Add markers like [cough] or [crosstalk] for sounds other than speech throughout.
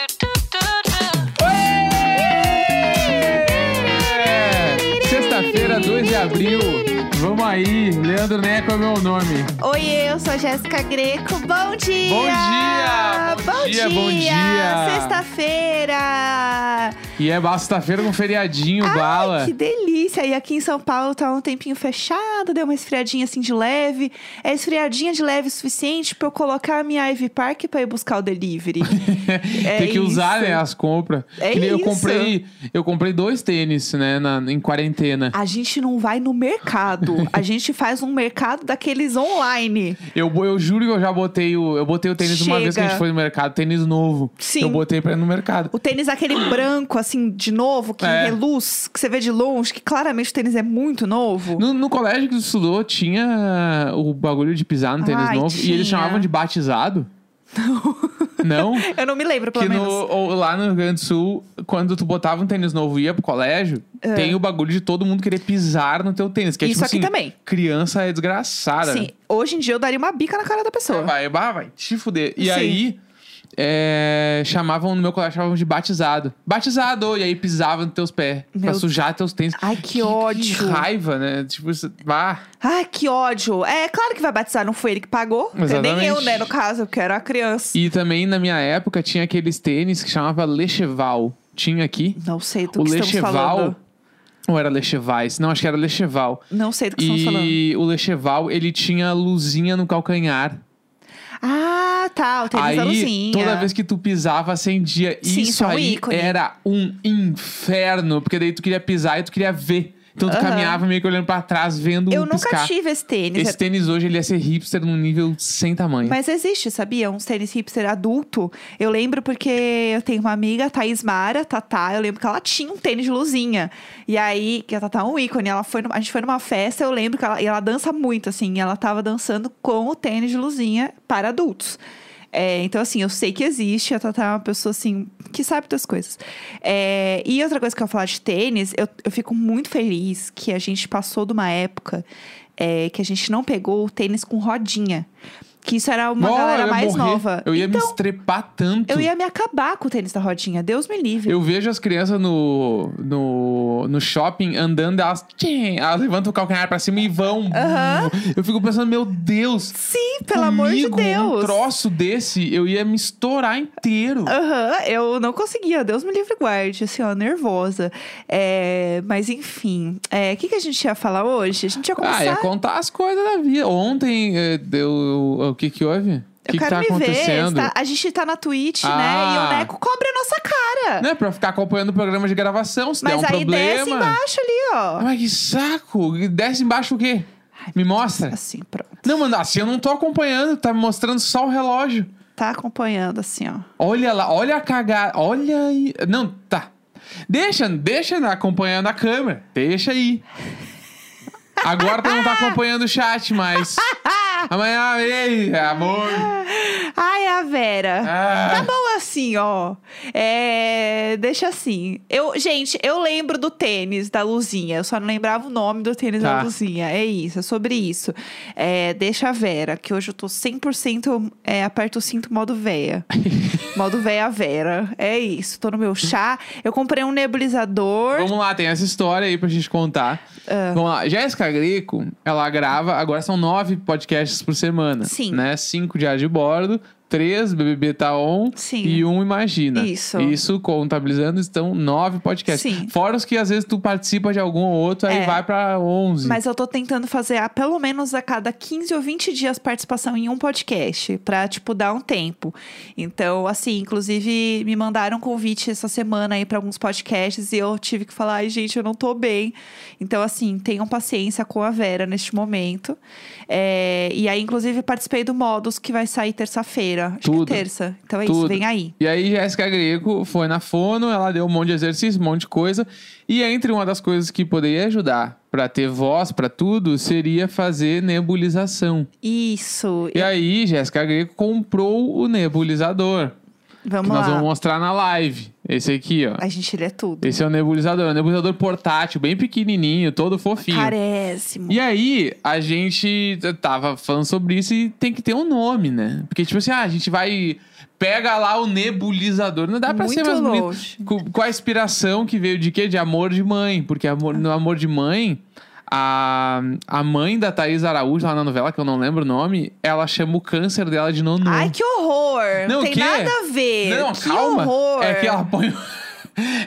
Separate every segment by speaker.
Speaker 1: É. abril. Vamos aí, Leandro Neco é meu nome.
Speaker 2: Oi, eu sou a Jéssica Greco. Bom dia!
Speaker 1: Bom dia! Bom dia, bom dia!
Speaker 2: Sexta-feira!
Speaker 1: E é basta-feira com feriadinho, bala.
Speaker 2: Ai, que delícia! E aqui em São Paulo tá um tempinho fechado, deu uma esfriadinha assim de leve. É esfriadinha de leve o suficiente pra eu colocar a minha Ivy Park pra ir buscar
Speaker 1: [laughs]
Speaker 2: o delivery.
Speaker 1: [laughs]
Speaker 2: É
Speaker 1: Tem que usar,
Speaker 2: isso.
Speaker 1: né, as compras.
Speaker 2: É
Speaker 1: que nem eu
Speaker 2: isso.
Speaker 1: comprei, eu comprei dois tênis, né, na- em quarentena.
Speaker 2: A gente não vai no mercado. A gente faz um mercado daqueles online.
Speaker 1: Eu, eu juro que eu já botei o, eu botei o tênis uma vez que a
Speaker 2: Chega.
Speaker 1: gente foi no mercado, tênis novo.
Speaker 2: Sim.
Speaker 1: Eu botei pra ir no mercado.
Speaker 2: O
Speaker 1: [gasps]
Speaker 2: tênis aquele branco, assim, de novo, que
Speaker 1: É.
Speaker 2: reluz, que você vê de longe, que claramente o tênis é muito novo.
Speaker 1: No, no colégio que tu estudou, tinha o bagulho de pisar no tênis
Speaker 2: Ai,
Speaker 1: novo. E eles
Speaker 2: tinha.
Speaker 1: chamavam de
Speaker 2: [laughs]
Speaker 1: batizado? Não. Não?
Speaker 2: Eu não me lembro, pelo
Speaker 1: Que no,
Speaker 2: menos.
Speaker 1: ou lá no Rio Grande do Sul, quando tu botava um tênis novo e ia pro colégio, tem o bagulho de todo mundo querer pisar no teu tênis. Que é
Speaker 2: É. Isso
Speaker 1: tipo
Speaker 2: aqui
Speaker 1: assim,
Speaker 2: também.
Speaker 1: Criança é desgraçada.
Speaker 2: Sim, hoje em dia eu daria uma bica na cara da pessoa.
Speaker 1: Vai, vai, vai te fuder. E
Speaker 2: Sim.
Speaker 1: aí, é, chamavam no meu colégio, chamavam de batizado. Batizado! E aí pisava nos teus pés pra
Speaker 2: Meu-
Speaker 1: sujar teus tênis.
Speaker 2: Ai, que ódio.
Speaker 1: raiva, né? Tipo, isso- bah.
Speaker 2: Ai, que ódio. É claro que vai batizar, não foi ele que pagou.
Speaker 1: Exatamente.
Speaker 2: Nem eu, né, no caso, porque eu era criança.
Speaker 1: E também na minha época tinha aqueles tênis que chamava Lecheval. Tinha aqui.
Speaker 2: Não sei do
Speaker 1: o
Speaker 2: que estamos
Speaker 1: Lecheval.
Speaker 2: falando.
Speaker 1: Ou era Lechevais? Não, acho que era Lecheval.
Speaker 2: Não sei do que estamos falando.
Speaker 1: E o Lecheval, ele tinha luzinha no calcanhar.
Speaker 2: Ah, tá, o tênis
Speaker 1: Aí,
Speaker 2: da luzinha.
Speaker 1: toda vez que tu pisava, acendia.
Speaker 2: Sim,
Speaker 1: Isso
Speaker 2: isso é um
Speaker 1: aí
Speaker 2: ícone.
Speaker 1: era um inferno, porque daí tu queria pisar e tu queria ver. Então tu
Speaker 2: Aham.
Speaker 1: caminhava meio que olhando pra trás, vendo
Speaker 2: Eu
Speaker 1: um
Speaker 2: nunca
Speaker 1: piscar.
Speaker 2: tive esse tênis. é
Speaker 1: Esse tênis hoje, ele ia ser hipster num nível sem tamanho.
Speaker 2: Mas existe, sabia? Uns tênis hipster adulto. Eu lembro porque eu tenho uma amiga, Thaís Mara, Tatá. Eu lembro que ela tinha um tênis de luzinha. E aí, que a Tatá é um ícone. Ela foi numa- a gente foi numa festa, eu lembro que ela, e ela dança muito, assim. e Ela tava dançando com o tênis de luzinha para adultos. É, então, assim, eu sei que existe. A Tatá é uma pessoa, assim, que sabe das coisas. É, e outra coisa que eu ia falar de tênis, eu, eu fico muito feliz que a gente passou de uma época é, que a gente não pegou o tênis com rodinha. Que isso era uma
Speaker 1: Ó,
Speaker 2: galera
Speaker 1: eu ia
Speaker 2: mais
Speaker 1: morrer.
Speaker 2: nova.
Speaker 1: Eu ia
Speaker 2: então,
Speaker 1: me estrepar tanto.
Speaker 2: eu ia me acabar com o tênis da rodinha. Deus me livre.
Speaker 1: Eu vejo as crianças no, no, no shopping andando, elas, tchim, elas levantam o calcanhar pra cima e vão. Eu fico pensando, meu Deus,
Speaker 2: Sim, pelo amor de
Speaker 1: comigo,
Speaker 2: Deus.
Speaker 1: um troço desse, eu ia me estourar inteiro.
Speaker 2: Aham, eu não conseguia, Deus me livre e guarde, assim, ó, nervosa. É, mas enfim, é, o que, que a gente ia falar hoje? A gente ia começar.
Speaker 1: Ah, ia contar as coisas da vida. Ontem, eh, deu, o que que houve? O
Speaker 2: Eu
Speaker 1: que, que
Speaker 2: quero
Speaker 1: tá
Speaker 2: me
Speaker 1: acontecendo?
Speaker 2: ver. está- a gente tá na Twitch, né? E
Speaker 1: Ah.
Speaker 2: o Neco cobre a nossa cara.
Speaker 1: Não é pra ficar acompanhando o programa de gravação, se
Speaker 2: mas
Speaker 1: der um
Speaker 2: aí desce
Speaker 1: problema. Ah.
Speaker 2: embaixo ali, ó.
Speaker 1: Mas que saco! Desce embaixo o quê?
Speaker 2: Ai,
Speaker 1: Me mostra.
Speaker 2: Assim, pronto.
Speaker 1: Não, mano, assim eu não tô acompanhando, tá me mostrando só o relógio.
Speaker 2: Tá acompanhando, assim, ó.
Speaker 1: Olha lá, olha a cagada. Olha aí. Não, tá. Deixa, deixa na- acompanhando a câmera. Deixa aí. Agora tu não tá acompanhando o chat
Speaker 2: [laughs]
Speaker 1: mais. Amanhã, ei, amor.
Speaker 2: Ai, a Vera. Tá
Speaker 1: Ah,
Speaker 2: bom assim, ó. É, deixa assim. Eu, gente, eu lembro do tênis da Luzinha. Eu só não lembrava o nome do tênis
Speaker 1: Tá.
Speaker 2: da Luzinha. É isso, é sobre isso. É, deixa a Vera, que hoje eu tô 100% é, aperto o cinto
Speaker 1: [laughs]
Speaker 2: modo véia. modo véia Vera. É isso, tô no meu chá. Eu comprei um nebulizador.
Speaker 1: Vamos lá, tem essa história aí pra gente contar.
Speaker 2: Ah.
Speaker 1: Vamos lá. Jéssica Greco, ela grava, agora são nove podcasts por semana.
Speaker 2: Sim.
Speaker 1: Né? Cinco diários de bordo, três BBB tá on
Speaker 2: Sim.
Speaker 1: e um Imagina.
Speaker 2: Isso.
Speaker 1: Isso, contabilizando, estão nove podcasts.
Speaker 2: Sim.
Speaker 1: Fora os que às vezes tu participa de algum ou outro, aí
Speaker 2: É.
Speaker 1: vai pra onze.
Speaker 2: Mas eu tô tentando fazer a, pelo menos a cada 15 ou 20 dias participação em um podcast, pra, tipo, dar um tempo. Então, assim, inclusive me mandaram um convite essa semana aí pra alguns podcasts e eu tive que falar, ai, gente, eu não tô bem. Então, assim, tenham paciência com a Vera neste momento. É, e aí, inclusive, participei do Modus que vai sair terça-feira. Acho
Speaker 1: Tudo.
Speaker 2: que é terça. Então é isso,
Speaker 1: Tudo.
Speaker 2: vem aí.
Speaker 1: E aí, Jéssica Greco foi na fono, ela deu um monte de exercício, um monte de coisa. E entre uma das coisas que poderia ajudar pra ter voz, pra tudo, seria fazer nebulização.
Speaker 2: Isso.
Speaker 1: E aí, Jéssica Greco comprou o nebulizador. Que
Speaker 2: vamos
Speaker 1: nós
Speaker 2: lá.
Speaker 1: vamos mostrar na live. Esse aqui, ó.
Speaker 2: A gente lê tudo.
Speaker 1: Esse é o nebulizador. É um nebulizador portátil, bem pequenininho, todo fofinho.
Speaker 2: Carésimo.
Speaker 1: E aí, a gente tava falando sobre isso e tem que ter um nome, né? Porque, tipo assim, ah, a gente vai. Pega lá o nebulizador. Não dá pra ser
Speaker 2: Muito
Speaker 1: mais
Speaker 2: longe.
Speaker 1: bonito. Com, com a inspiração que veio de quê? De amor de mãe. Porque amor, no amor de mãe, A, a mãe da Thaís Araújo, lá na novela, que eu não lembro o nome, ela chama o câncer dela de nono.
Speaker 2: Ai, que horror!
Speaker 1: Não,
Speaker 2: Não, tem
Speaker 1: o quê?
Speaker 2: nada a ver.
Speaker 1: Não,
Speaker 2: que
Speaker 1: calma.
Speaker 2: horror.
Speaker 1: É que ela põe. [laughs]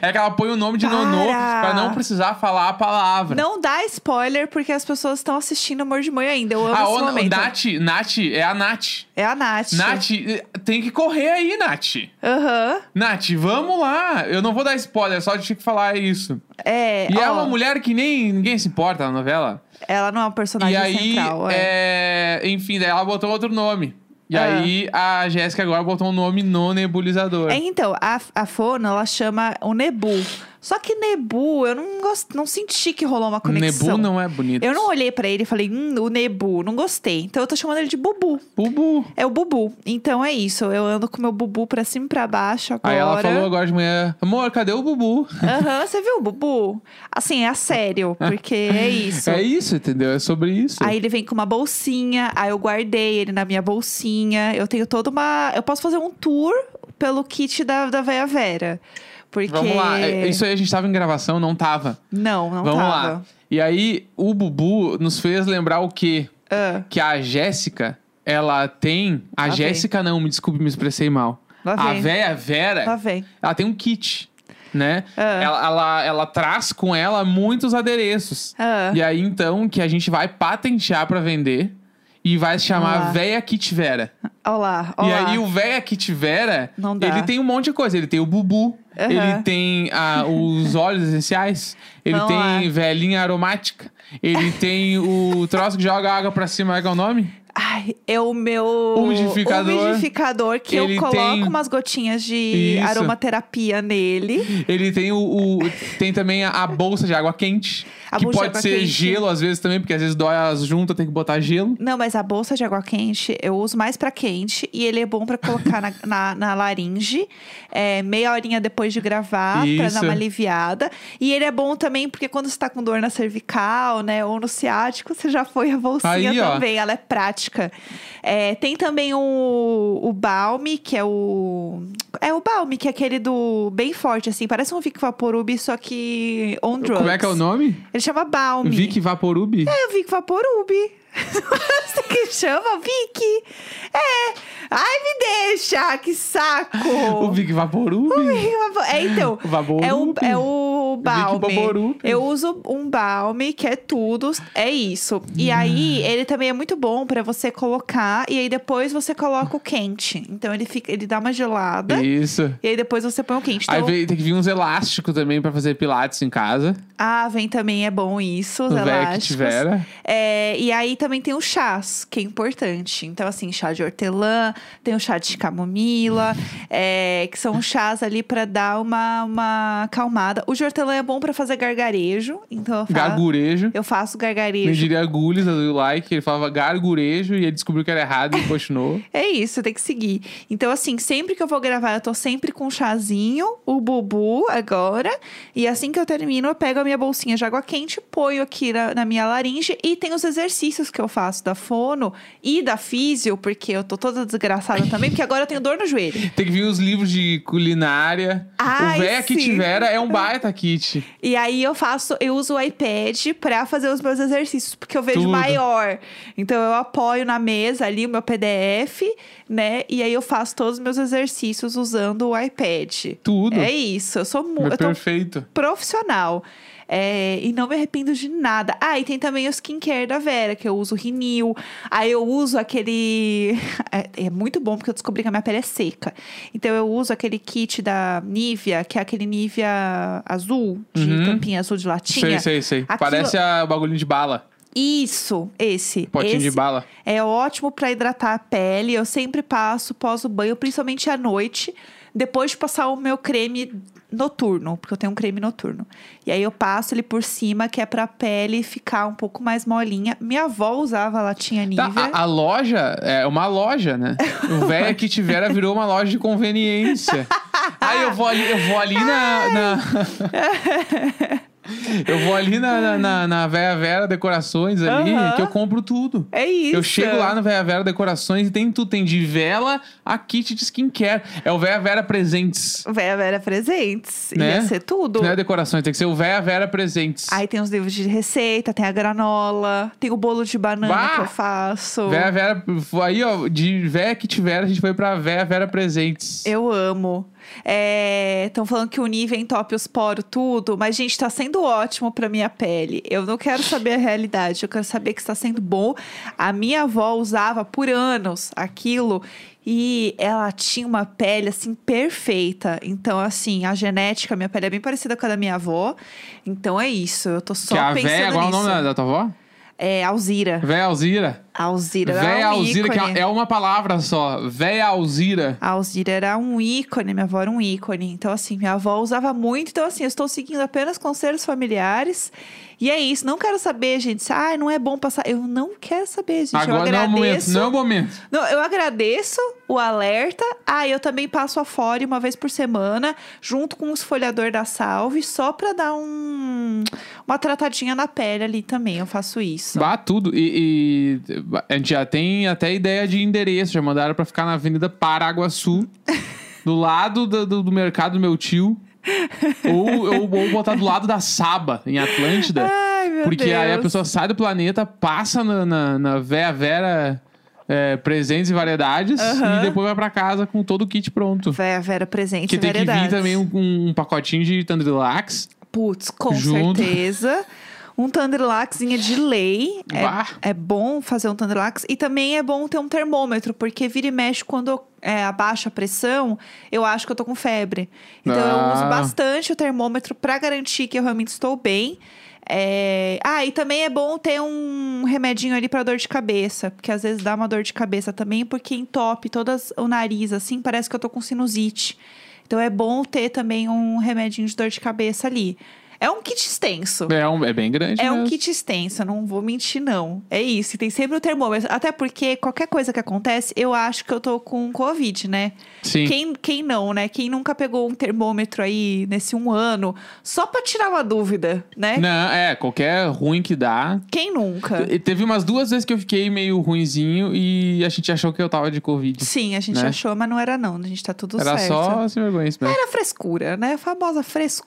Speaker 1: é que ela põe o nome de Nonô
Speaker 2: Para.
Speaker 1: pra não precisar falar a palavra.
Speaker 2: Não dá spoiler, porque as pessoas estão assistindo Amor de Mãe ainda. Eu amo
Speaker 1: Ah,
Speaker 2: esse
Speaker 1: o, o
Speaker 2: momento.
Speaker 1: Nath, Nath, é a Nath.
Speaker 2: É a Nath.
Speaker 1: Nath, eh, tem que correr aí, Nath.
Speaker 2: Aham.
Speaker 1: Nath, vamos lá. Eu não vou dar spoiler, só tinha que falar isso.
Speaker 2: É.
Speaker 1: E
Speaker 2: ó,
Speaker 1: é uma mulher que nem ninguém se importa na novela.
Speaker 2: Ela não é uma personagem
Speaker 1: e aí,
Speaker 2: central. é.
Speaker 1: é, enfim, daí ela botou outro nome. E
Speaker 2: Ah.
Speaker 1: aí a Jéssica agora botou um nome no nebulizador. Um
Speaker 2: É, então, a, a Fono, ela chama o Nebu. Só que Nebu, eu não, gost... não senti que rolou uma conexão.
Speaker 1: Nebu não é bonito.
Speaker 2: Eu não olhei pra ele e falei, hum, o Nebu, não gostei. Então eu tô chamando ele de Bubu.
Speaker 1: Bubu.
Speaker 2: É o Bubu. Então é isso, eu ando com meu Bubu pra cima e pra baixo agora.
Speaker 1: Aí ela falou agora de manhã, amor, cadê o Bubu?
Speaker 2: Aham, você viu o Bubu? Assim, é a sério, porque é
Speaker 1: [laughs]
Speaker 2: isso.
Speaker 1: É isso, entendeu? É sobre isso.
Speaker 2: Aí ele vem com uma bolsinha, aí eu guardei ele na minha bolsinha. Eu tenho toda uma. Eu posso fazer um tour pelo kit da, da Véia Vera. Porque.
Speaker 1: Vamos lá. É, Isso aí a gente tava em gravação, não tava.
Speaker 2: Não, não
Speaker 1: Vamos
Speaker 2: tava.
Speaker 1: lá. E aí, o Bubu nos fez lembrar o quê?
Speaker 2: Ah,
Speaker 1: Que a Jéssica, ela tem. A
Speaker 2: Lá vem.
Speaker 1: Jéssica, não, me desculpe, me expressei mal.
Speaker 2: Lá
Speaker 1: a
Speaker 2: vem.
Speaker 1: véia Vera,
Speaker 2: lá vem.
Speaker 1: ela tem um kit, né?
Speaker 2: Ah.
Speaker 1: Ela, ela, ela traz com ela muitos adereços.
Speaker 2: Ah,
Speaker 1: E aí, então, que a gente vai patentear pra vender e vai se chamar
Speaker 2: Olá.
Speaker 1: Véia Kit Vera.
Speaker 2: ó lá, ó
Speaker 1: E
Speaker 2: lá.
Speaker 1: aí o véia que tivera,
Speaker 2: Não dá.
Speaker 1: ele tem um monte de coisa. Ele tem o bubu, ele tem ah, os óleos essenciais, ele
Speaker 2: Vamos
Speaker 1: tem
Speaker 2: lá.
Speaker 1: velhinha aromática, ele
Speaker 2: [laughs]
Speaker 1: tem o troço que joga água pra cima, como é que é o nome?
Speaker 2: Ai, é o meu.
Speaker 1: Umidificador.
Speaker 2: umidificador que
Speaker 1: Ele
Speaker 2: eu coloco
Speaker 1: tem-
Speaker 2: umas gotinhas de
Speaker 1: Isso.
Speaker 2: aromaterapia nele.
Speaker 1: Ele tem o, o- tem também a, a bolsa de água quente,
Speaker 2: A
Speaker 1: que
Speaker 2: bolsa de
Speaker 1: pode
Speaker 2: água
Speaker 1: ser
Speaker 2: quente.
Speaker 1: gelo às vezes também, porque às vezes dói as juntas, tem que botar gelo.
Speaker 2: Não, mas a bolsa de água quente eu uso mais pra quente e ele é bom pra colocar na, na- na laringe, é, meia horinha depois de gravar, pra
Speaker 1: Isso.
Speaker 2: dar uma aliviada. E ele é bom também porque quando você tá com dor na cervical, né, ou no ciático, você já foi a bolsinha
Speaker 1: Aí, ó.
Speaker 2: também, ela é prática. É, tem também o, o balme, que é o. É o balme, que é aquele do bem forte, assim, parece um Vic Vaporub, só que on drugs.
Speaker 1: Como é que é o nome?
Speaker 2: Ele chama balme.
Speaker 1: Vic Vaporub?
Speaker 2: É, Vic Vaporub. [laughs] Você que chama Vic? É. Ai, me deixa, que saco.
Speaker 1: O Vic Vaporub?
Speaker 2: Vic Vapo- É, então.
Speaker 1: Vaporub?
Speaker 2: É o, é o balme.
Speaker 1: Vaporub.
Speaker 2: Eu uso um balme que é tudo, é isso. E aí,
Speaker 1: Ah.
Speaker 2: ele também é muito bom pra você colocar e aí depois você coloca o quente. Então ele fica, ele dá uma gelada
Speaker 1: Isso.
Speaker 2: e aí depois você põe o quente.
Speaker 1: Aí
Speaker 2: Então,
Speaker 1: vem- tem que vir uns elásticos também pra fazer pilates em casa.
Speaker 2: ah, vem também é bom isso, os
Speaker 1: O véia que né?
Speaker 2: elásticos.
Speaker 1: tivera.
Speaker 2: É, e aí também tem o chás, que é importante. Então, assim, chá de hortelã, tem o chá de camomila, é, que são chás ali pra dar uma, uma calmada. O de hortelã é bom pra fazer gargarejo, então eu faço,
Speaker 1: Gargurejo.
Speaker 2: eu faço
Speaker 1: Eu
Speaker 2: gargarejo.
Speaker 1: diria agulhas do like, ele falava gargurejo e ele descobriu que era errado e continuou.
Speaker 2: [laughs] É isso, tem que seguir. Então, assim, sempre que eu vou gravar, eu tô sempre com um chazinho, o bubu agora. E assim que eu termino, eu pego a minha bolsinha de água quente, ponho aqui na, na minha laringe. E tem os exercícios que eu faço da fono e da físio, porque eu tô toda desgraçada também, porque agora eu tenho dor no joelho.
Speaker 1: Tem que vir os livros de culinária.
Speaker 2: Ai,
Speaker 1: o véia que
Speaker 2: sim.
Speaker 1: tivera é um baita kit.
Speaker 2: E aí eu faço, eu uso o iPad pra fazer os meus exercícios, porque eu vejo
Speaker 1: Tudo.
Speaker 2: maior. Então eu apoio na mesa ali o meu PDF, né? E aí eu faço todos os meus exercícios usando o iPad.
Speaker 1: Tudo.
Speaker 2: É isso, eu sou
Speaker 1: É
Speaker 2: muito. Eu tô
Speaker 1: perfeito.
Speaker 2: profissional. É, e não me arrependo de nada. Ah, e tem também o skincare da Vera, que eu uso Rinil. Aí eu uso aquele. [laughs] É, é muito bom porque eu descobri que a minha pele é seca. Então eu uso aquele kit da Nivea, que é aquele Nivea azul, de
Speaker 1: Uhum.
Speaker 2: tampinha azul de latinha.
Speaker 1: Sei, sei, sei.
Speaker 2: Aquilo-
Speaker 1: Parece a- o bagulhinho de bala.
Speaker 2: Isso, esse.
Speaker 1: Potinho
Speaker 2: esse
Speaker 1: de bala.
Speaker 2: é ótimo pra hidratar a pele. Eu sempre passo pós o banho, principalmente à noite, depois de passar o meu creme noturno, porque eu tenho um creme noturno. E aí eu passo ele por cima, que é pra pele ficar um pouco mais molinha. Minha avó usava a latinha
Speaker 1: Tá,
Speaker 2: Nivea.
Speaker 1: a, a loja é uma loja, né? O véia que tivera virou uma loja de conveniência. Aí eu vou ali, eu vou ali na. na- Eu vou ali na, na, na, na Vera Vera Decorações ali,
Speaker 2: Aham.
Speaker 1: que eu compro tudo.
Speaker 2: É isso.
Speaker 1: Eu chego lá no Vera Vera Decorações e tem tudo. Tem de vela a kit de skincare. É o Vera Vera Presentes.
Speaker 2: Vera Vera Presentes.
Speaker 1: Né?
Speaker 2: Ia ser tudo.
Speaker 1: Não é decorações, tem que ser o Vera Vera Presentes.
Speaker 2: Aí tem os livros de receita, tem a granola, tem o bolo de banana
Speaker 1: Bah!
Speaker 2: que eu faço.
Speaker 1: Vera Vera. Aí, ó, de Vera que tiver, a gente foi pra Vera Vera Presentes.
Speaker 2: Eu amo. Estão falando que o Nivea entope os poros, tudo. Mas, gente, tá sendo ótimo pra minha pele. Eu não quero saber a realidade. Eu quero saber que está sendo bom. A minha avó usava por anos aquilo. E ela tinha uma pele, assim, perfeita. Então, assim, a genética, minha pele é bem parecida com a da minha avó. Então, é isso. Eu tô só
Speaker 1: que a
Speaker 2: pensando
Speaker 1: Véia, qual é o
Speaker 2: nisso.
Speaker 1: nome da, da tua avó?
Speaker 2: É, Alzira.
Speaker 1: Véia Alzira.
Speaker 2: Alzira. ela
Speaker 1: Véia
Speaker 2: é um
Speaker 1: Alzira, que
Speaker 2: ícone.
Speaker 1: é- é uma palavra só. Véia Alzira.
Speaker 2: A Alzira era um ícone, minha avó era um ícone. Então, assim, minha avó usava muito. Então, assim, eu estou seguindo apenas conselhos familiares. E é isso. Não quero saber, gente. se, Ah, não é bom passar. Eu não quero saber, gente. eu
Speaker 1: Agora não é o momento,
Speaker 2: agradeço.
Speaker 1: não é o momento.
Speaker 2: Não, eu agradeço o alerta. Ah, eu também passo a fora uma vez por semana, junto com o esfoliador da Salve, só pra dar um, uma tratadinha na pele ali também. Eu faço isso.
Speaker 1: Bah, tudo. E, e a gente já tem até ideia de endereço. Já mandaram pra ficar na Avenida
Speaker 2: [laughs]
Speaker 1: Paraguaçu, do lado do, do- do mercado do meu tio. ou, ou, ou botar do lado da Saba, em Atlântida.
Speaker 2: Ai, meu
Speaker 1: porque
Speaker 2: Deus.
Speaker 1: aí a pessoa sai do planeta, passa na, na, na Vera Vera é, Presentes e Variedades
Speaker 2: Aham.
Speaker 1: e depois vai pra casa com todo o kit pronto.
Speaker 2: Vera, Vera presente,
Speaker 1: Que tem que vir
Speaker 2: variedades.
Speaker 1: também um, um pacotinho de Tandrilax.
Speaker 2: Putz, com
Speaker 1: Junto.
Speaker 2: certeza. Um Thunderlaxinha de lei.
Speaker 1: Bah.
Speaker 2: É, é bom fazer um Thunderlax. E também é bom ter um termômetro, porque vira e mexe quando eu, é, abaixa a pressão, eu acho que eu tô com febre. Então eu
Speaker 1: Ah.
Speaker 2: uso bastante o termômetro pra garantir que eu realmente estou bem. É, Ah, e também é bom ter um remedinho ali pra dor de cabeça, porque às vezes dá uma dor de cabeça também, porque entope todo o nariz, assim, parece que eu tô com sinusite. Então é bom ter também um remedinho de dor de cabeça ali. É um kit extenso.
Speaker 1: É, um, é bem grande.
Speaker 2: É um
Speaker 1: mesmo.
Speaker 2: kit extenso, eu não vou mentir, não. É isso, e tem sempre o termômetro. Até porque qualquer coisa que acontece, eu acho que eu tô com Covid, né?
Speaker 1: Sim.
Speaker 2: Quem, quem não, né? Quem nunca pegou um termômetro aí nesse um ano, só pra tirar uma dúvida, né?
Speaker 1: Não, é, qualquer ruim que dá.
Speaker 2: Quem nunca?
Speaker 1: Te- Teve umas duas vezes que eu fiquei meio ruinzinho e a gente achou que eu tava de Covid.
Speaker 2: Sim, a gente
Speaker 1: né?
Speaker 2: achou, mas não era não. A gente tá tudo
Speaker 1: Era
Speaker 2: certo.
Speaker 1: só sem vergonha isso mesmo.
Speaker 2: Era frescura, né? A famosa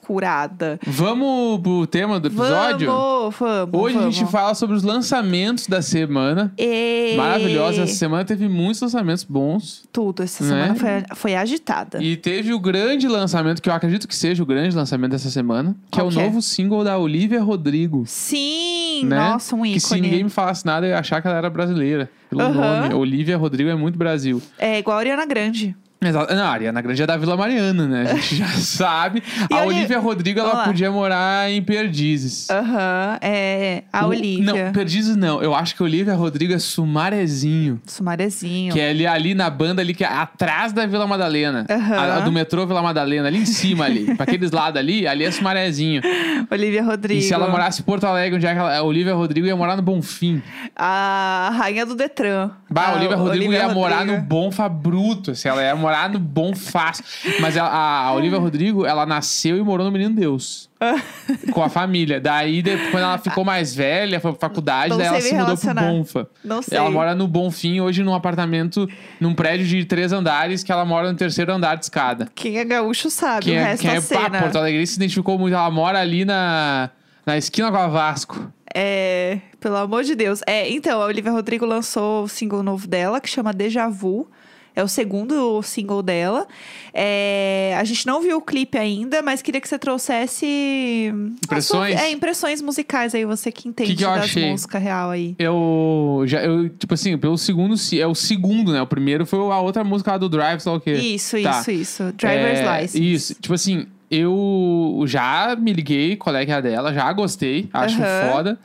Speaker 2: frescurada.
Speaker 1: Vamos pro tema do episódio?
Speaker 2: Vamos, vamos.
Speaker 1: Hoje a
Speaker 2: vamos.
Speaker 1: gente fala sobre os lançamentos da semana.
Speaker 2: E...
Speaker 1: Maravilhosa. Essa semana teve muitos lançamentos bons.
Speaker 2: Tudo, essa
Speaker 1: Né?
Speaker 2: semana foi, foi agitada.
Speaker 1: E teve o grande lançamento, que eu acredito que seja o grande lançamento dessa semana, que
Speaker 2: Qual
Speaker 1: é o
Speaker 2: que é?
Speaker 1: novo single da Olivia Rodrigo.
Speaker 2: Sim,
Speaker 1: Né?
Speaker 2: nossa, um
Speaker 1: Que se ninguém
Speaker 2: ícone.
Speaker 1: me falasse nada, eu ia achar que ela era brasileira. Pelo
Speaker 2: Aham.
Speaker 1: nome. Olivia Rodrigo é muito Brasil.
Speaker 2: É igual a Ariana Grande.
Speaker 1: Exato. Não, a Ariana Grande é da Vila Mariana,
Speaker 2: [laughs]
Speaker 1: né? A gente já sabe.
Speaker 2: E
Speaker 1: A
Speaker 2: olha-
Speaker 1: Olivia Rodrigo, ela
Speaker 2: Vamos lá.
Speaker 1: podia morar em Perdizes.
Speaker 2: Aham, é a
Speaker 1: O-
Speaker 2: Olivia.
Speaker 1: Não, Perdizes não. Eu acho que a Olivia Rodrigo é Sumarezinho.
Speaker 2: Sumarezinho.
Speaker 1: Que é ali, ali na banda ali, que é atrás da Vila Madalena.
Speaker 2: Aham.
Speaker 1: A- a do metrô Vila Madalena, ali em cima ali. pra aqueles lados ali, ali é Sumarezinho.
Speaker 2: Olivia Rodrigo.
Speaker 1: é- E se ela morasse em Porto Alegre, onde é que ela- a Olivia Rodrigo ia morar no Bonfim.
Speaker 2: A rainha do Detran.
Speaker 1: Bah, a Olivia Rodrigo
Speaker 2: Ah, Olivia
Speaker 1: ia morar no
Speaker 2: Rodrigo.
Speaker 1: Bonfa Bruto, assim, ela ia morar no Bonfaço. Mas a, a, a Olivia Rodrigo, ela nasceu e morou no Menino
Speaker 2: [laughs]
Speaker 1: Deus. com a família. Daí, depois, quando ela ficou mais velha, foi pra faculdade,
Speaker 2: Não
Speaker 1: daí ela
Speaker 2: sei
Speaker 1: se
Speaker 2: me
Speaker 1: mudou pro
Speaker 2: relacionar.
Speaker 1: Bonfa.
Speaker 2: Não sei.
Speaker 1: Ela mora no Bonfim, hoje num apartamento, num prédio de três andares, que ela mora no terceiro andar de escada.
Speaker 2: Quem é gaúcho sabe,
Speaker 1: Quem
Speaker 2: o
Speaker 1: é,
Speaker 2: resto
Speaker 1: quem
Speaker 2: da
Speaker 1: é pá,
Speaker 2: cena.
Speaker 1: Porto Alegre se identificou muito. Ela mora ali na, na esquina com a Vasco.
Speaker 2: É, pelo amor de Deus. É, então, a Olivia Rodrigo lançou o single novo dela, que chama Deja Vu. É o segundo single dela. É, a gente não viu o clipe ainda, mas queria que você trouxesse. a
Speaker 1: Impressões?
Speaker 2: sua- é, impressões musicais aí, você que entende
Speaker 1: que eu
Speaker 2: das
Speaker 1: achei?
Speaker 2: músicas real aí.
Speaker 1: Eu já, eu, tipo assim, pelo segundo, se- é o segundo, né? O primeiro foi a outra música lá do Drive, sei lá o quê.
Speaker 2: Isso,
Speaker 1: Tá.
Speaker 2: isso, isso. Driver's
Speaker 1: É,
Speaker 2: License.
Speaker 1: Isso, tipo assim, eu já me liguei, qual é que é a dela, já gostei, acho
Speaker 2: Aham.
Speaker 1: foda.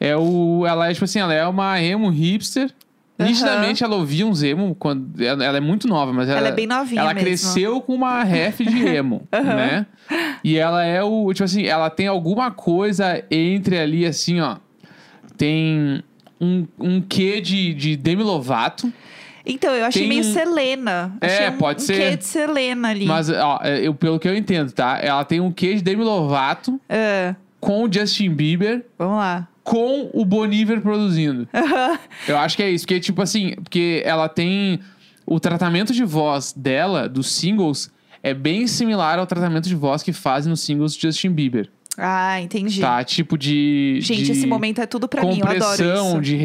Speaker 1: É o, ela é, tipo assim, ela é uma emo hipster.
Speaker 2: Aham.
Speaker 1: Nitidamente ela ouvia uns emo quando. Ela, ela é muito nova, mas ela.
Speaker 2: Ela é bem novinha
Speaker 1: Ela
Speaker 2: mesmo.
Speaker 1: cresceu com uma ref
Speaker 2: [laughs]
Speaker 1: de emo, né? E ela é o. Tipo assim, ela tem alguma coisa entre ali, assim, ó. Tem um, um quê de, de Demi Lovato.
Speaker 2: Então, eu achei
Speaker 1: Tem
Speaker 2: meio
Speaker 1: um-
Speaker 2: Selena.
Speaker 1: É,
Speaker 2: Achei um-
Speaker 1: pode
Speaker 2: um
Speaker 1: ser.
Speaker 2: quê de Selena ali.
Speaker 1: é, Mas, ó, eu, pelo que eu entendo, tá? Ela tem um quê de Demi Lovato.
Speaker 2: É.
Speaker 1: com o Justin Bieber,
Speaker 2: Vamos lá. [laughs]
Speaker 1: com o Boniver produzindo. Eu acho que é isso, porque, tipo assim, porque ela tem. O tratamento de voz dela, dos singles, é bem similar ao tratamento de voz que fazem nos singles do Justin Bieber.
Speaker 2: ah, entendi.
Speaker 1: Tá? Tipo de.
Speaker 2: Gente,
Speaker 1: de
Speaker 2: esse momento é tudo pra mim. Eu adoro
Speaker 1: compressão,
Speaker 2: isso.
Speaker 1: de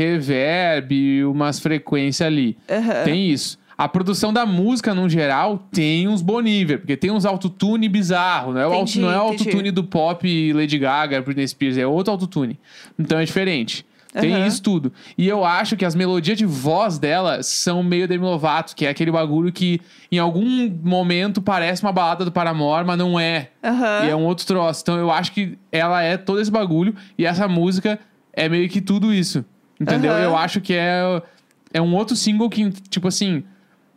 Speaker 1: reverb, umas frequências ali.
Speaker 2: Aham.
Speaker 1: Tem isso. A produção da música, no geral, tem uns Boniver, porque tem uns autotune bizarro. Não é o, auto-
Speaker 2: Entendi,
Speaker 1: não é o
Speaker 2: entendi.
Speaker 1: autotune do pop Lady Gaga, Britney Spears, é outro autotune. Então é diferente. Tem
Speaker 2: Aham.
Speaker 1: isso tudo. E eu acho que as melodias de voz dela são meio Demi Lovato, que é aquele bagulho que em algum momento parece uma balada do Paramore, mas não é.
Speaker 2: Aham.
Speaker 1: E é um outro troço. Então eu acho que ela é todo esse bagulho e essa música é meio que tudo isso. Entendeu?
Speaker 2: Aham.
Speaker 1: Eu acho que é, é um outro single que, tipo assim.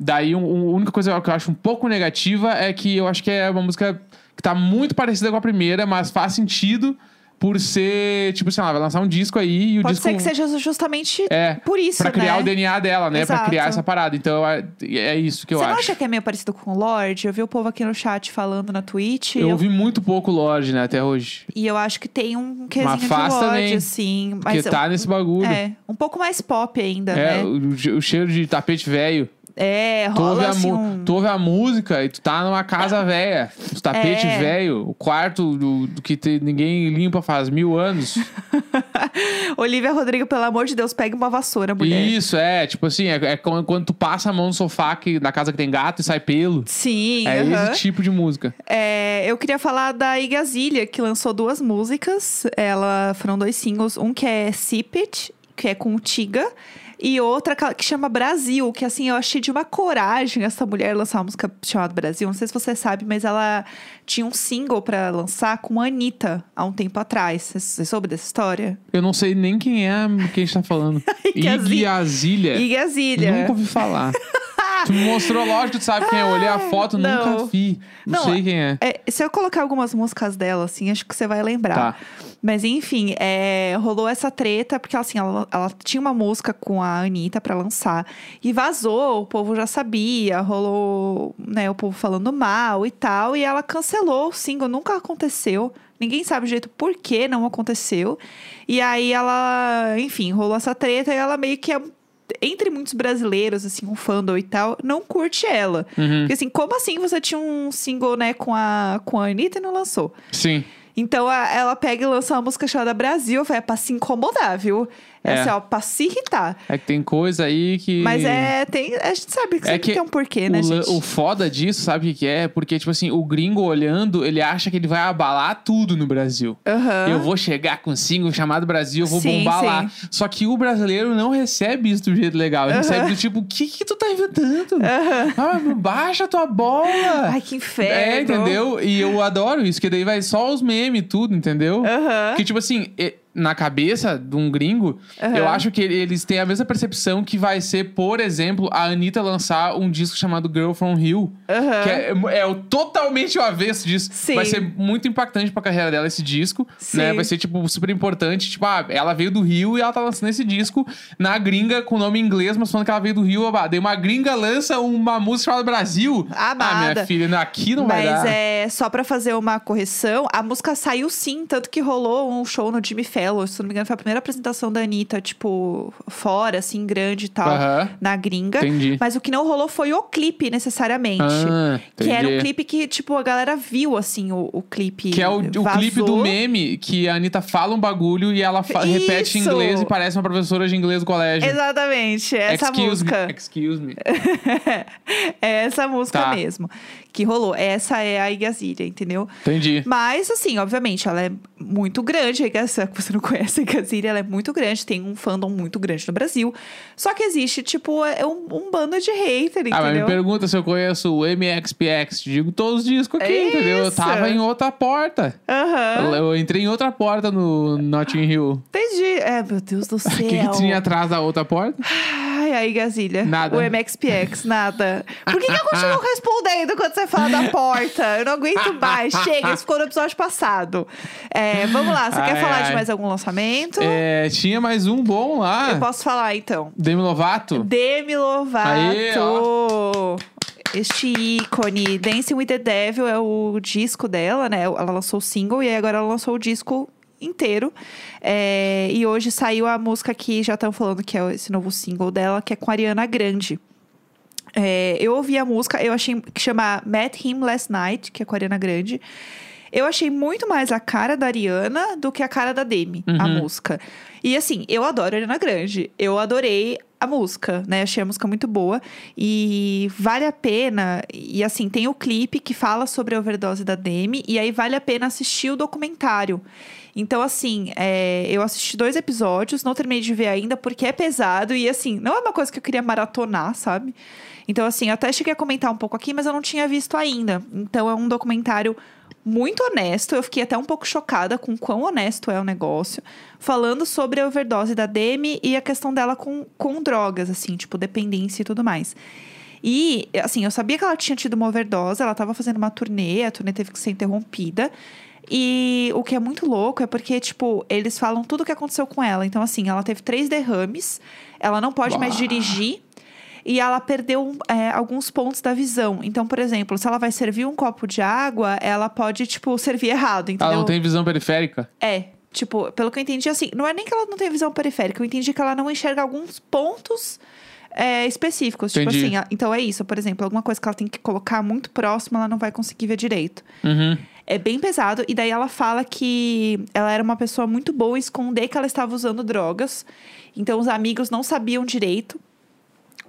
Speaker 1: Daí, um, um- a única coisa que eu acho um pouco negativa é que eu acho que é uma música que tá muito parecida com a primeira, mas faz sentido por ser, tipo, sei lá, vai lançar um disco aí e o
Speaker 2: Pode
Speaker 1: disco.
Speaker 2: ser que seja justamente
Speaker 1: É,
Speaker 2: por isso,
Speaker 1: Pra criar
Speaker 2: né?
Speaker 1: o DNA dela, né? Pra
Speaker 2: Exato.
Speaker 1: criar essa parada. Então, é, é isso que eu
Speaker 2: Você não
Speaker 1: acho.
Speaker 2: acha que é meio parecido com o Lorde? Eu vi o povo aqui no chat falando na Twitch.
Speaker 1: Eu
Speaker 2: eu-
Speaker 1: ouvi muito pouco Lorde, né, até hoje.
Speaker 2: E eu acho que tem um
Speaker 1: Uma
Speaker 2: quesinho de
Speaker 1: faz também,
Speaker 2: Lorde, assim.
Speaker 1: Porque
Speaker 2: Mas eu-
Speaker 1: tá nesse bagulho.
Speaker 2: É, um pouco mais pop ainda,
Speaker 1: É,
Speaker 2: né?
Speaker 1: o, o cheiro de tapete velho.
Speaker 2: É,
Speaker 1: Tu, ouve
Speaker 2: rola
Speaker 1: a
Speaker 2: assim
Speaker 1: mu-
Speaker 2: um... [laughs]
Speaker 1: tu ouve a música e tu tá numa casa velha. Os tapete
Speaker 2: É.
Speaker 1: velho, o quarto do, do que te- ninguém limpa faz mil anos.
Speaker 2: Olivia Rodrigo, pelo amor de Deus, pega uma vassoura, [laughs] mulher.
Speaker 1: Isso, é. Tipo assim, é, é como quando tu passa a mão no sofá que, da casa que tem gato e sai pelo.
Speaker 2: Sim,
Speaker 1: É
Speaker 2: aham.
Speaker 1: esse tipo de música.
Speaker 2: É, eu queria falar da Igazilha, que lançou duas músicas. Ela foram dois singles, um que é Sip It, que é com o Tiga, e outra ca- que chama Brasil, que assim, eu achei de uma coragem essa mulher lançar uma música chamada Brasil. Não sei se você sabe, mas ela tinha um single pra lançar com a Anitta há um tempo atrás. Você- Você soube dessa história?
Speaker 1: Eu não sei nem quem é quem a gente tá
Speaker 2: [laughs]
Speaker 1: falando.
Speaker 2: Igazí-
Speaker 1: Iggy Azalea.
Speaker 2: Igazilha.
Speaker 1: É. Nunca ouvi
Speaker 2: [laughs]
Speaker 1: falar. tu me mostrou, lógico, tu sabe quem é. Eu olhei a foto,
Speaker 2: não.
Speaker 1: nunca vi. Não,
Speaker 2: Não,
Speaker 1: sei quem é.
Speaker 2: É, se eu colocar algumas músicas dela, assim, acho que você vai lembrar.
Speaker 1: Tá.
Speaker 2: Mas enfim, é, rolou essa treta, porque assim, ela, ela tinha uma música com a Anitta pra lançar. E vazou, o povo já sabia, rolou, né, o povo falando mal e tal. E ela cancelou o single, nunca aconteceu. Ninguém sabe direito por que não aconteceu. E aí ela, enfim, rolou essa treta e ela meio que é. Entre muitos brasileiros, assim, um fandom e tal, não curte ela.
Speaker 1: Uhum.
Speaker 2: Porque assim, como assim você tinha um single, né, com a, com a Anitta e não lançou?
Speaker 1: Sim.
Speaker 2: Então a- ela pega e lança uma música chamada Brasil. Eu falei, é pra se incomodar, viu? É,
Speaker 1: É.
Speaker 2: assim, ó, pra se irritar.
Speaker 1: É que tem coisa aí que.
Speaker 2: Mas é, tem. A gente sabe que
Speaker 1: É
Speaker 2: sempre
Speaker 1: que
Speaker 2: tem um porquê,
Speaker 1: O,
Speaker 2: né,
Speaker 1: lan-
Speaker 2: gente?
Speaker 1: o foda disso, sabe o que que é? Porque, tipo assim, o gringo olhando, ele acha que ele vai abalar tudo no Brasil.
Speaker 2: Aham.
Speaker 1: Eu vou chegar com um single chamado Brasil, eu vou
Speaker 2: Sim,
Speaker 1: bombar
Speaker 2: sim.
Speaker 1: lá. Só que o brasileiro não recebe isso do jeito legal. Ele
Speaker 2: Aham.
Speaker 1: recebe do tipo, o que que tu tá inventando?
Speaker 2: Aham.
Speaker 1: Ah, baixa tua bola!
Speaker 2: Ai, que inferno.
Speaker 1: é, entendeu? E eu adoro isso, que daí vai só os memes e tudo, entendeu?
Speaker 2: Aham.
Speaker 1: Que, tipo assim, e- na cabeça de um gringo,
Speaker 2: Aham.
Speaker 1: eu acho que eles têm a mesma percepção que vai ser, por exemplo, a Anitta lançar um disco chamado Girl From Hill.
Speaker 2: Aham.
Speaker 1: Que é, é o- totalmente o avesso disso.
Speaker 2: Sim.
Speaker 1: Vai ser muito impactante pra carreira dela esse disco.
Speaker 2: Sim.
Speaker 1: né? Vai ser, tipo, super importante. Tipo, ah, ela veio do Rio e ela tá lançando esse disco na gringa com o nome em inglês, mas falando que ela veio do Rio. Ah, Daí uma gringa lança uma música chamada Brasil. Ah, minha
Speaker 2: Amada.
Speaker 1: filha, aqui não vai
Speaker 2: Mas
Speaker 1: dar.
Speaker 2: é só pra fazer uma correção, a música saiu sim, tanto que rolou um show no Jimmy Fallon, se não me engano, foi a primeira apresentação da Anitta, tipo, fora, assim, grande e tal,
Speaker 1: Aham.
Speaker 2: na gringa.
Speaker 1: Entendi.
Speaker 2: Mas o que não rolou foi o clipe, necessariamente.
Speaker 1: Ah,
Speaker 2: que era um
Speaker 1: entendi.
Speaker 2: clipe que, tipo, a galera viu, assim, o, o clipe.
Speaker 1: Que é o, o
Speaker 2: vazou.
Speaker 1: clipe do meme que a Anitta fala um bagulho e ela fa- repete em
Speaker 2: Isso!
Speaker 1: inglês e parece uma professora de inglês do colégio.
Speaker 2: Exatamente, é essa
Speaker 1: Excuse
Speaker 2: música. [laughs]
Speaker 1: Me. Excuse me.
Speaker 2: é essa música
Speaker 1: Tá.
Speaker 2: mesmo. Que rolou. Essa é a Igazilha, entendeu? [laughs]
Speaker 1: Entendi.
Speaker 2: Mas, assim, obviamente, ela é muito grande. A Iga- se [laughs] você não conhece a Igazília, ela é muito grande. Tem um fandom muito grande no Brasil. Só que existe, tipo, é um, um bando de
Speaker 1: Ah,
Speaker 2: hater,
Speaker 1: mas me
Speaker 2: entendeu?
Speaker 1: pergunta se eu conheço o MXPX. Te digo todos os discos aqui,
Speaker 2: É Isso!
Speaker 1: entendeu? Eu tava em outra porta.
Speaker 2: Aham.
Speaker 1: Eu entrei em outra porta no Notting Hill.
Speaker 2: Entendi. É, meu Deus do céu.
Speaker 1: [laughs] O que, que tinha atrás da outra
Speaker 2: [laughs]
Speaker 1: porta?
Speaker 2: Ai, aí, Gazilha.
Speaker 1: Nada.
Speaker 2: O MXPX, nada. Por que, que eu
Speaker 1: [laughs]
Speaker 2: continuo respondendo quando você fala da porta? Eu não aguento mais. Chega, isso ficou no episódio passado. É, vamos lá, você quer
Speaker 1: Ai,
Speaker 2: falar de
Speaker 1: ai.
Speaker 2: mais algum lançamento?
Speaker 1: É, tinha mais um bom lá.
Speaker 2: Eu posso falar, então.
Speaker 1: Demi Lovato.
Speaker 2: Demi Lovato.
Speaker 1: Aê,
Speaker 2: este ícone, Dancing with the Devil, é o disco dela, né? Ela lançou o single e aí agora ela lançou o disco inteiro. É, e hoje saiu a música que já estão falando que é esse novo single dela, que é com a Ariana Grande. É, eu ouvi a música, eu achei que chama Met Him Last Night, que é com a Ariana Grande. Eu achei muito mais a cara da Ariana do que a cara da Demi, a
Speaker 1: Uhum.
Speaker 2: música. E assim, eu adoro a Ariana Grande. Eu adorei a música, né? Achei a música muito boa. E vale a pena. E assim, tem o clipe que fala sobre a overdose da Demi. E aí vale a pena assistir o documentário. Então, assim, é, eu assisti dois episódios, não terminei de ver ainda, porque é pesado. E assim, não é uma coisa que eu queria maratonar, sabe? Então, assim, eu até cheguei a comentar um pouco aqui, mas eu não tinha visto ainda. Então, é um documentário muito honesto. Eu fiquei até um pouco chocada com quão honesto é o negócio. Falando sobre a overdose da Demi e a questão dela com, com drogas, assim, tipo, dependência e tudo mais. E, assim, eu sabia que ela tinha tido uma overdose, ela tava fazendo uma turnê, a turnê teve que ser interrompida. E o que é muito louco é porque, tipo, eles falam tudo o que aconteceu com ela. Então, assim, ela teve três derrames, ela não pode mais
Speaker 1: Bah.
Speaker 2: dirigir e ela perdeu é, alguns pontos da visão. Então, por exemplo, se ela vai servir um copo de água, ela pode, tipo, servir errado, entendeu?
Speaker 1: Ela Ah, não tem visão periférica?
Speaker 2: É. Tipo, pelo que eu entendi, assim, não é nem que ela não tem visão periférica, eu entendi que ela não enxerga alguns pontos é, específicos.
Speaker 1: Entendi.
Speaker 2: Tipo assim, a- então é isso, por exemplo, alguma coisa que ela tem que colocar muito próxima, ela não vai conseguir ver direito.
Speaker 1: Uhum.
Speaker 2: É bem pesado. E daí ela fala que ela era uma pessoa muito boa em esconder que ela estava usando drogas. Então os amigos não sabiam direito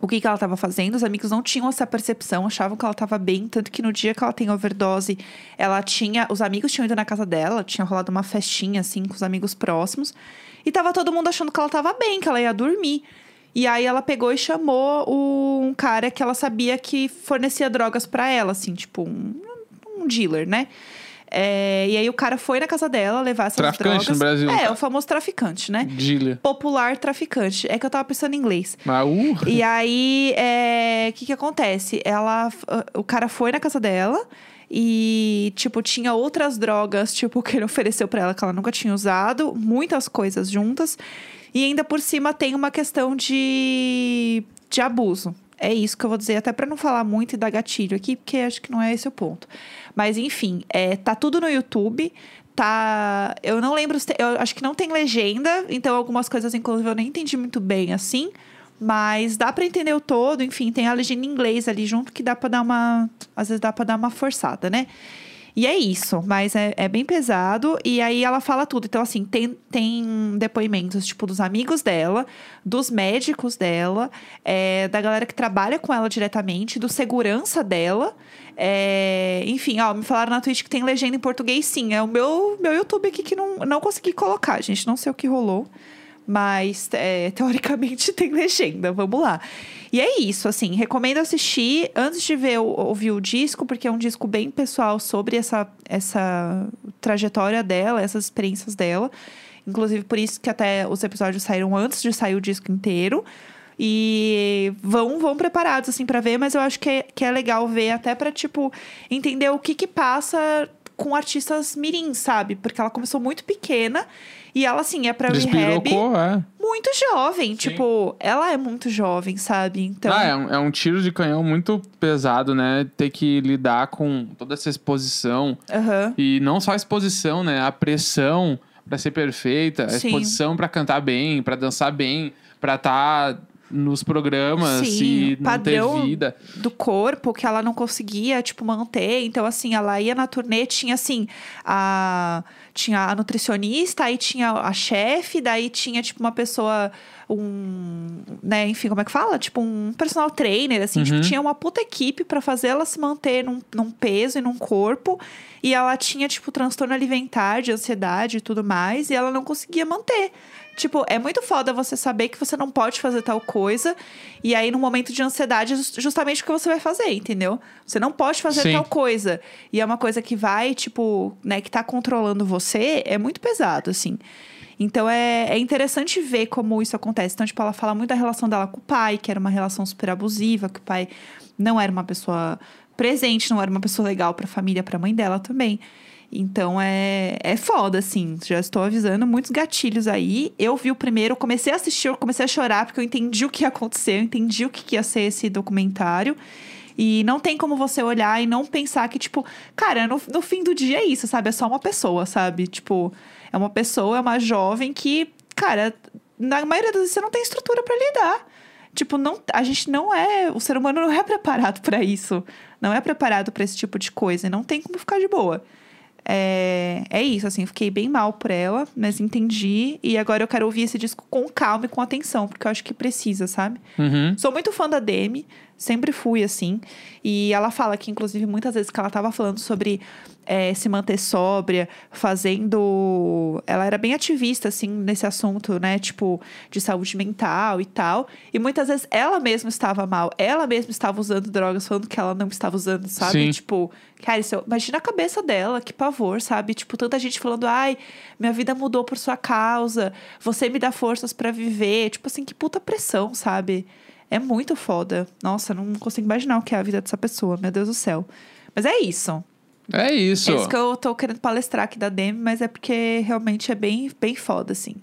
Speaker 2: o que, que ela estava fazendo. Os amigos não tinham essa percepção, achavam que ela estava bem. Tanto que no dia que ela tem overdose, ela tinha. Os amigos tinham ido na casa dela, tinha rolado uma festinha, assim, com os amigos próximos. E tava todo mundo achando que ela estava bem, que ela ia dormir. E aí ela pegou e chamou o- um cara que ela sabia que fornecia drogas para ela, assim, tipo, um, um dealer, né? É, e aí o cara foi na casa dela levar essas
Speaker 1: Traficante
Speaker 2: drogas.
Speaker 1: no Brasil. então.
Speaker 2: É, o famoso traficante, né?
Speaker 1: Dília.
Speaker 2: Popular traficante. É que eu tava pensando em inglês.
Speaker 1: Mas, uh,
Speaker 2: [laughs] E aí, é, o que que acontece? Ela, f- o cara foi na casa dela e, tipo, tinha outras drogas, tipo, que ele ofereceu pra ela que ela nunca tinha usado, muitas coisas juntas. E ainda por cima tem uma questão de, de abuso. É isso que eu vou dizer, até pra não falar muito e dar gatilho aqui, porque acho que não é esse o ponto. Mas enfim, é, tá tudo no YouTube. Tá. Eu não lembro. se te- Eu acho que não tem legenda, então algumas coisas, inclusive, eu nem entendi muito bem assim. Mas dá pra entender o todo, enfim, tem a legenda em inglês ali junto que dá pra dar uma. Às vezes dá pra dar uma forçada, né? E é isso, mas é, é bem pesado. E aí ela fala tudo. Então, assim, tem, tem depoimentos, tipo, dos amigos dela, dos médicos dela, é, da galera que trabalha com ela diretamente, do segurança dela. É, enfim, ó, me falaram na Twitch que tem legenda em português, sim. É o meu, meu YouTube aqui que não, não consegui colocar, gente. Não sei o que rolou. Mas, é, [laughs] teoricamente, tem legenda. Vamos lá. E é isso, assim. Recomendo assistir antes de ver, o- ouvir o disco, porque é um disco bem pessoal sobre essa, essa trajetória dela, essas experiências dela. Inclusive, por isso que até os episódios saíram antes de sair o disco inteiro. E vão vão preparados, assim, pra ver, mas eu acho que é, que é legal ver até pra, tipo, entender o que que passa com artistas mirins, sabe? Porque ela começou muito pequena e ela, assim, é pra rehab
Speaker 1: despirocou, é.
Speaker 2: muito jovem.
Speaker 1: Sim.
Speaker 2: Tipo, ela é muito jovem, sabe? Então.
Speaker 1: Ah, é um, é um tiro de canhão muito pesado, né? Ter que lidar com toda essa exposição.
Speaker 2: aham.
Speaker 1: E não só a exposição, né? A pressão pra ser perfeita, a
Speaker 2: Sim.
Speaker 1: exposição pra cantar bem, pra dançar bem, pra estar nos programas
Speaker 2: Sim,
Speaker 1: e não ter
Speaker 2: padrão.
Speaker 1: vida.
Speaker 2: do corpo que ela não conseguia, tipo, manter. Então, assim, ela ia na turnê, tinha assim, a. Tinha a nutricionista, aí tinha a chefe, daí tinha, tipo, uma pessoa. Um. Né, enfim, como é que fala? Tipo, um personal trainer, assim, tipo,
Speaker 1: Uhum.
Speaker 2: tinha uma puta equipe pra fazer ela se manter num, num peso e num corpo. E ela tinha, tipo, transtorno alimentar, de ansiedade e tudo mais, e ela não conseguia manter. Tipo, é muito foda você saber que você não pode fazer tal coisa. E aí, no momento de ansiedade, é jus- justamente o que você vai fazer, entendeu? Você não pode fazer
Speaker 1: Sim.
Speaker 2: tal coisa. E é uma coisa que vai, tipo, né, que tá controlando você, é muito pesado, assim. Então é, é interessante ver como isso acontece. Então, tipo, ela fala muito da relação dela com o pai, que era uma relação super abusiva, que o pai não era uma pessoa presente, não era uma pessoa legal pra família, pra mãe dela também. Então é, é foda, assim. Já estou avisando muitos gatilhos aí. Eu vi o primeiro, comecei a assistir, eu comecei a chorar, porque eu entendi o que ia acontecer, eu entendi o que que ia ser esse documentário. E não tem como você olhar e não pensar que, tipo, cara, no, no fim do dia é isso, sabe? É só uma pessoa, sabe? Tipo, é uma pessoa, é uma jovem que, cara, na maioria das vezes você não tem estrutura pra lidar. Tipo, não, a gente não é. O ser humano não é [laughs] preparado pra isso. Não é preparado pra esse tipo de coisa. E não tem como ficar de boa. É, é isso, assim, fiquei bem mal por ela, mas entendi. E agora eu quero ouvir esse disco com calma e com atenção, porque eu acho que precisa, sabe?
Speaker 1: Uhum.
Speaker 2: Sou muito fã da Demi, sempre fui assim. E ela fala que, inclusive, muitas vezes que ela tava falando sobre eh, se manter sóbria, fazendo. Ela era bem ativista, assim, nesse assunto, né? Tipo, de saúde mental e tal. E muitas vezes ela mesma estava mal, ela mesma estava usando drogas, falando que ela não estava usando, sabe?
Speaker 1: Sim.
Speaker 2: Tipo, cara, isso, é- imagina a cabeça dela, que pavor, sabe? Tipo, tanta gente falando, ai, minha vida mudou por sua causa, você me dá forças pra viver. Tipo assim, que puta pressão, sabe? É muito foda. Nossa, não consigo imaginar o que é a vida dessa pessoa, meu Deus do céu. Mas é isso.
Speaker 1: É isso.
Speaker 2: É isso que eu tô querendo palestrar aqui da Demi, mas é porque realmente é bem, bem foda, assim.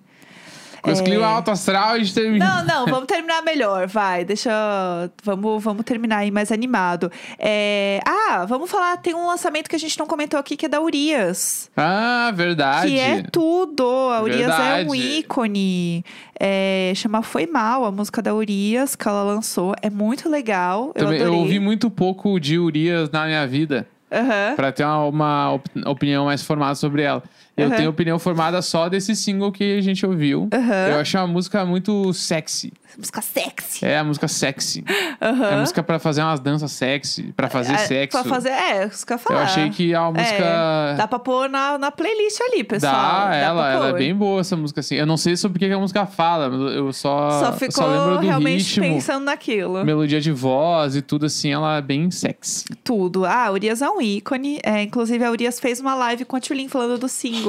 Speaker 1: Com esse clima alto astral, a gente termina.
Speaker 2: É. Não, não, vamos terminar melhor, vai. Deixa. eu- Vamos, vamos terminar aí mais animado. É, Ah, vamos falar. Tem um lançamento que a gente não comentou aqui que é da Urias.
Speaker 1: Ah, verdade.
Speaker 2: Que é tudo. A Urias é um
Speaker 1: Verdade.
Speaker 2: ícone. É, chama Foi Mal, a música da Urias que ela lançou. É muito legal. Eu
Speaker 1: Também-
Speaker 2: adorei.
Speaker 1: ouvi muito pouco de Urias na minha vida,
Speaker 2: Aham.
Speaker 1: pra ter uma, uma op- opinião mais formada sobre ela. Eu
Speaker 2: Aham.
Speaker 1: tenho opinião formada só desse single que a gente ouviu.
Speaker 2: Aham.
Speaker 1: Eu achei uma música muito sexy.
Speaker 2: Música sexy.
Speaker 1: É a música sexy. É a
Speaker 2: Aham.
Speaker 1: música pra fazer umas danças sexy, pra fazer
Speaker 2: É,
Speaker 1: sexo.
Speaker 2: Pra fazer, é, isso que eu ia
Speaker 1: Eu
Speaker 2: falar. É,
Speaker 1: achei que a música
Speaker 2: Dá pra pôr na, na playlist ali, pessoal.
Speaker 1: Dá,
Speaker 2: pra
Speaker 1: ela, ela é
Speaker 2: pôr.
Speaker 1: bem boa essa música, assim. Eu não sei sobre o que que a música fala, mas eu só,
Speaker 2: Só
Speaker 1: eu
Speaker 2: ficou
Speaker 1: lembro do
Speaker 2: realmente
Speaker 1: ritmo,
Speaker 2: pensando naquilo.
Speaker 1: melodia de voz e tudo assim, ela é bem sexy.
Speaker 2: Tudo. Ah, a Urias é um ícone. É, inclusive, a Urias fez uma live com a Tulin falando do single.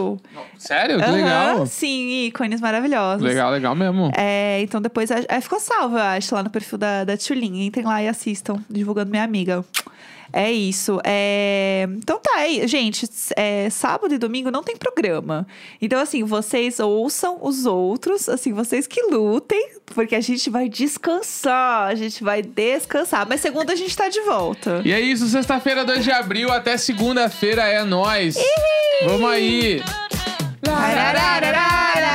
Speaker 1: Sério? Que
Speaker 2: Aham,
Speaker 1: legal.
Speaker 2: Sim, ícones maravilhosos.
Speaker 1: Legal, legal mesmo.
Speaker 2: É, então depois a- é, ficou salva, eu acho, lá no perfil da, da Tchulin. Entrem lá e assistam, divulgando minha amiga. É isso. é, Então tá, é, gente. s- é, sábado e domingo não tem programa. Então, assim, vocês ouçam os outros, assim, vocês que lutem, porque a gente vai descansar, a gente vai descansar. Mas segunda a gente tá de volta.
Speaker 1: E é isso, sexta-feira, 2 de abril, até segunda-feira é nóis. Vamos aí. Lá, lá, lá, lá, lá, lá.